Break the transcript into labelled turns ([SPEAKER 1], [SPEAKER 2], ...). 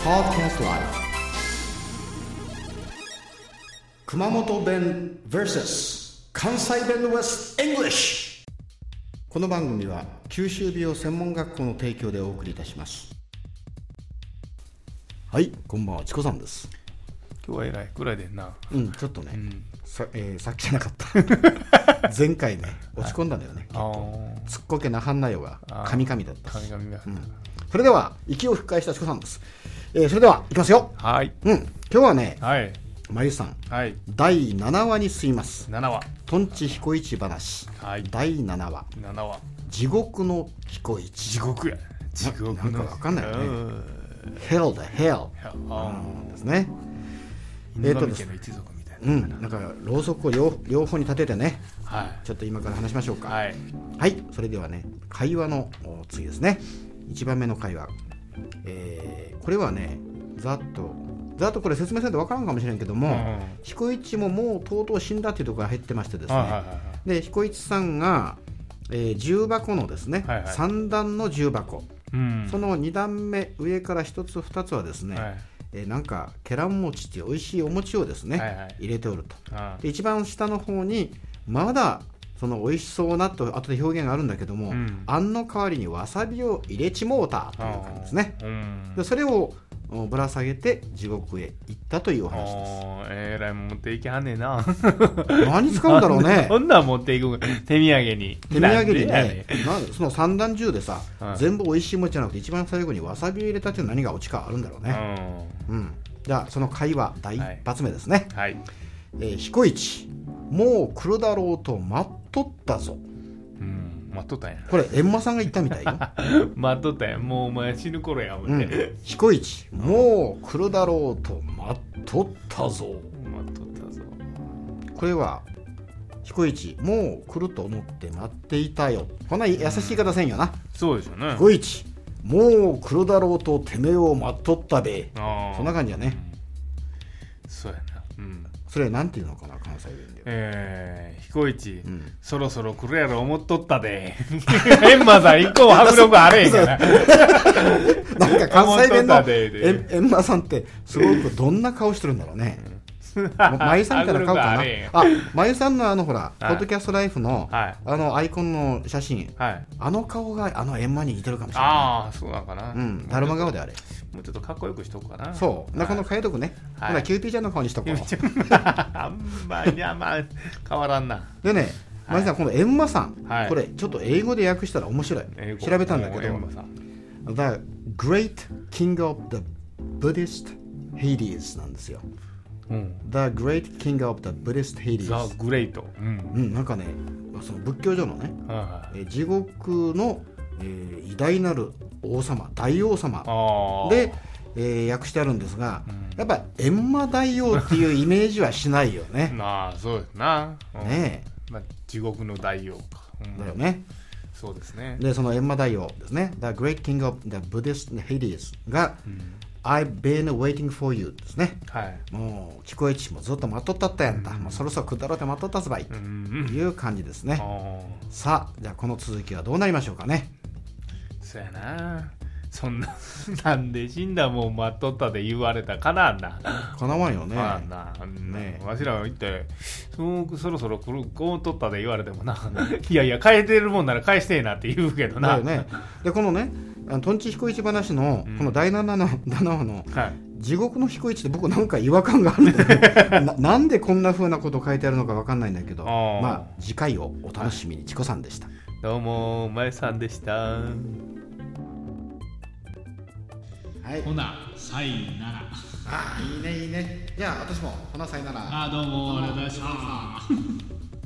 [SPEAKER 1] Podcast Live 熊本弁 vs 関西弁 vs English この番組は九州美容専門学校の提供でお送りいたしますはいこんばんはチコさんです
[SPEAKER 2] 今日はえらいくらいでんな。
[SPEAKER 1] うんちょっとね、
[SPEAKER 2] ん
[SPEAKER 1] さえーさっきじゃなか った前回ね落ち込んだんだよね
[SPEAKER 2] あー
[SPEAKER 1] つっこけなはんなよが
[SPEAKER 2] あー
[SPEAKER 1] 神々だった
[SPEAKER 2] 神々が。
[SPEAKER 1] それでは息を吹き返したチコさんです、えーそれではいきますよ
[SPEAKER 2] はい。
[SPEAKER 1] うん今日はね
[SPEAKER 2] はい。
[SPEAKER 1] まゆさん
[SPEAKER 2] はい。
[SPEAKER 1] 第7話に進みます
[SPEAKER 2] 7話。
[SPEAKER 1] 「とんち彦一話」
[SPEAKER 2] はい
[SPEAKER 1] 第7話
[SPEAKER 2] 7話。
[SPEAKER 1] 「地獄の彦一
[SPEAKER 2] 地獄や。地獄の。
[SPEAKER 1] なんかわかんないよね
[SPEAKER 2] うん」
[SPEAKER 1] 「Hell the Hell
[SPEAKER 2] いやあ」
[SPEAKER 1] ですね
[SPEAKER 2] ー
[SPEAKER 1] え
[SPEAKER 2] 犬
[SPEAKER 1] ーと
[SPEAKER 2] 神
[SPEAKER 1] です
[SPEAKER 2] 家の一族みたいな。
[SPEAKER 1] うんなんかろうそくを両両方に立ててね
[SPEAKER 2] はい。
[SPEAKER 1] ちょっと今から話しましょうか
[SPEAKER 2] はい。
[SPEAKER 1] はいそれではね会話のお次ですね1番目の会話、えーこれはねざっとざっとこれ説明せんとわからんかもしれんけども、
[SPEAKER 2] うん
[SPEAKER 1] 彦一ももうとうとう死んだっていうところが入ってましてですね、
[SPEAKER 2] はいはいはいはい
[SPEAKER 1] で彦一さんが、えー重箱のですね、
[SPEAKER 2] はいはい
[SPEAKER 1] 3段の重箱、
[SPEAKER 2] うん。
[SPEAKER 1] その2段目上から1つ2つはですね、
[SPEAKER 2] はい
[SPEAKER 1] えーなんかケラン餅っていう美味しいお餅をですね、
[SPEAKER 2] はいはい
[SPEAKER 1] 入れておると
[SPEAKER 2] あ
[SPEAKER 1] で一番下の方にまだその美味しそうなと後で表現があるんだけども、
[SPEAKER 2] うん
[SPEAKER 1] あんの代わりにわさびを入れちもうたという感じですね
[SPEAKER 2] ー。うん
[SPEAKER 1] で。それをおぶら下げて地獄へ行ったというお
[SPEAKER 2] あ
[SPEAKER 1] 話です
[SPEAKER 2] ーえらいもん持っていきはんねえな。
[SPEAKER 1] 何使うんだろう ね
[SPEAKER 2] こんなん持っていくんか手土産に。
[SPEAKER 1] 手土産に
[SPEAKER 2] なんでやね
[SPEAKER 1] ね、なんでその三段銃でさ、
[SPEAKER 2] はい。
[SPEAKER 1] 全部美味しいもんじゃなくて、一番最後にわさびを入れたっていうのは何がオチかあるんだろうん
[SPEAKER 2] う
[SPEAKER 1] ね。うん。じゃあ、その会話、第一発目ですね。
[SPEAKER 2] ん。はい。
[SPEAKER 1] えー彦一、もう来るだろうと待っとったぞ。
[SPEAKER 2] うん。待っとったんや。
[SPEAKER 1] これ、閻魔さんが言ったみ たいよ。
[SPEAKER 2] 待っとったんや。もうお前死ぬ頃や、思
[SPEAKER 1] う
[SPEAKER 2] って。
[SPEAKER 1] ん。彦一、もう来るだろうと待っとったぞ。
[SPEAKER 2] 待っとったぞ。
[SPEAKER 1] これは、彦一、もう来ると思って待っていたよ。こんな優しい言い方せんよな。
[SPEAKER 2] そうですよね。
[SPEAKER 1] 彦一、もう来るだろうとてめえを待っとったべ。
[SPEAKER 2] あー
[SPEAKER 1] そんな感じだね。
[SPEAKER 2] うんそうやな。うん。
[SPEAKER 1] それなんていうのかな関西 弁で。
[SPEAKER 2] えー、彦一、
[SPEAKER 1] うん
[SPEAKER 2] そろそろ来るやろ思っとったで。 エンマさん、一個も迫力あれへんから。
[SPEAKER 1] なんか関西弁の
[SPEAKER 2] 思っとったでで
[SPEAKER 1] えエンマさんってすごくどんな顔してるんだろうね。 ままゆさんみたいな顔 かな
[SPEAKER 2] 迫力あれへん。
[SPEAKER 1] あ、まゆさんのあのほら、ポ
[SPEAKER 2] はい
[SPEAKER 1] ッドキャストライフの
[SPEAKER 2] はい
[SPEAKER 1] あのアイコンの写真、
[SPEAKER 2] はい。
[SPEAKER 1] あの顔があのエンマに似てるかもしれな
[SPEAKER 2] ああ、そうなんかな。
[SPEAKER 1] い。うん、だるま顔であれ。
[SPEAKER 2] もうちょっとかっこよくしとこうかな。
[SPEAKER 1] そう。なこの
[SPEAKER 2] は
[SPEAKER 1] 変えとくね。ほ
[SPEAKER 2] はい
[SPEAKER 1] なキューピーちゃんの顔にしとこ
[SPEAKER 2] い。
[SPEAKER 1] う。
[SPEAKER 2] あんまり、あんまあ、変わらんな。
[SPEAKER 1] でね、まゆさんこのエンマさん
[SPEAKER 2] はい、
[SPEAKER 1] これちょっと英語で訳したら面白い
[SPEAKER 2] 英。語
[SPEAKER 1] 調べたんだけ
[SPEAKER 2] もうエ
[SPEAKER 1] ど
[SPEAKER 2] ン。マさん
[SPEAKER 1] The Great King of the Buddhist Hades なんですよ。
[SPEAKER 2] うん。
[SPEAKER 1] The Great King of the Buddhist
[SPEAKER 2] ザ
[SPEAKER 1] Hades。・
[SPEAKER 2] グレイト。うん。
[SPEAKER 1] うん、なんかね、その仏教上のね、
[SPEAKER 2] はいはい
[SPEAKER 1] えー地獄の、えー偉大なる王様、大王様
[SPEAKER 2] ああ。
[SPEAKER 1] で、えー訳してあるんですが、やっぱ閻魔大王っていうイメージはしないよ ね。
[SPEAKER 2] なあ、そうですな。うん
[SPEAKER 1] ね
[SPEAKER 2] まあ、地獄の大王か。うん
[SPEAKER 1] え、だよね。
[SPEAKER 2] そうですね。
[SPEAKER 1] で、その閻魔大王ですね、The Great King of the Buddhist Hades が、I've been waiting for you ですね。
[SPEAKER 2] はい。
[SPEAKER 1] もう聞こえちもずっと待っとったったやんた、もうそろそろくだろうて待っとったずばい、
[SPEAKER 2] う
[SPEAKER 1] と
[SPEAKER 2] ん。
[SPEAKER 1] いう感じですね、
[SPEAKER 2] ああ、
[SPEAKER 1] さあじゃあこの続きはどうなりましょうかね
[SPEAKER 2] そやな。そんな、 なんで死んだもん待っとったで言われたらかなわんな。か
[SPEAKER 1] かなわんよね
[SPEAKER 2] なわんな。うん
[SPEAKER 1] ねえ
[SPEAKER 2] わしらは言って、そうそろそろ来る、こうとったで言われてもな。 いやいや、変えてるもんなら返してえなって言うけど
[SPEAKER 1] だ
[SPEAKER 2] な。
[SPEAKER 1] よねでこのねあのとんち彦一話の
[SPEAKER 2] うん
[SPEAKER 1] この第7の7話の
[SPEAKER 2] はい。
[SPEAKER 1] 地獄の彦一って僕なんか違和感があるんだけ どななんでこんな風なこと書いてあるのかわかんないんだけど
[SPEAKER 2] あー
[SPEAKER 1] まあ次回をお楽しみにチコさんでした
[SPEAKER 2] どうも、まゆさんでした。
[SPEAKER 1] はい
[SPEAKER 3] ほな、さいなら。
[SPEAKER 1] ああいいねいいねじゃあ私もほなさいなら
[SPEAKER 3] あ、どうも、ありがとうございました。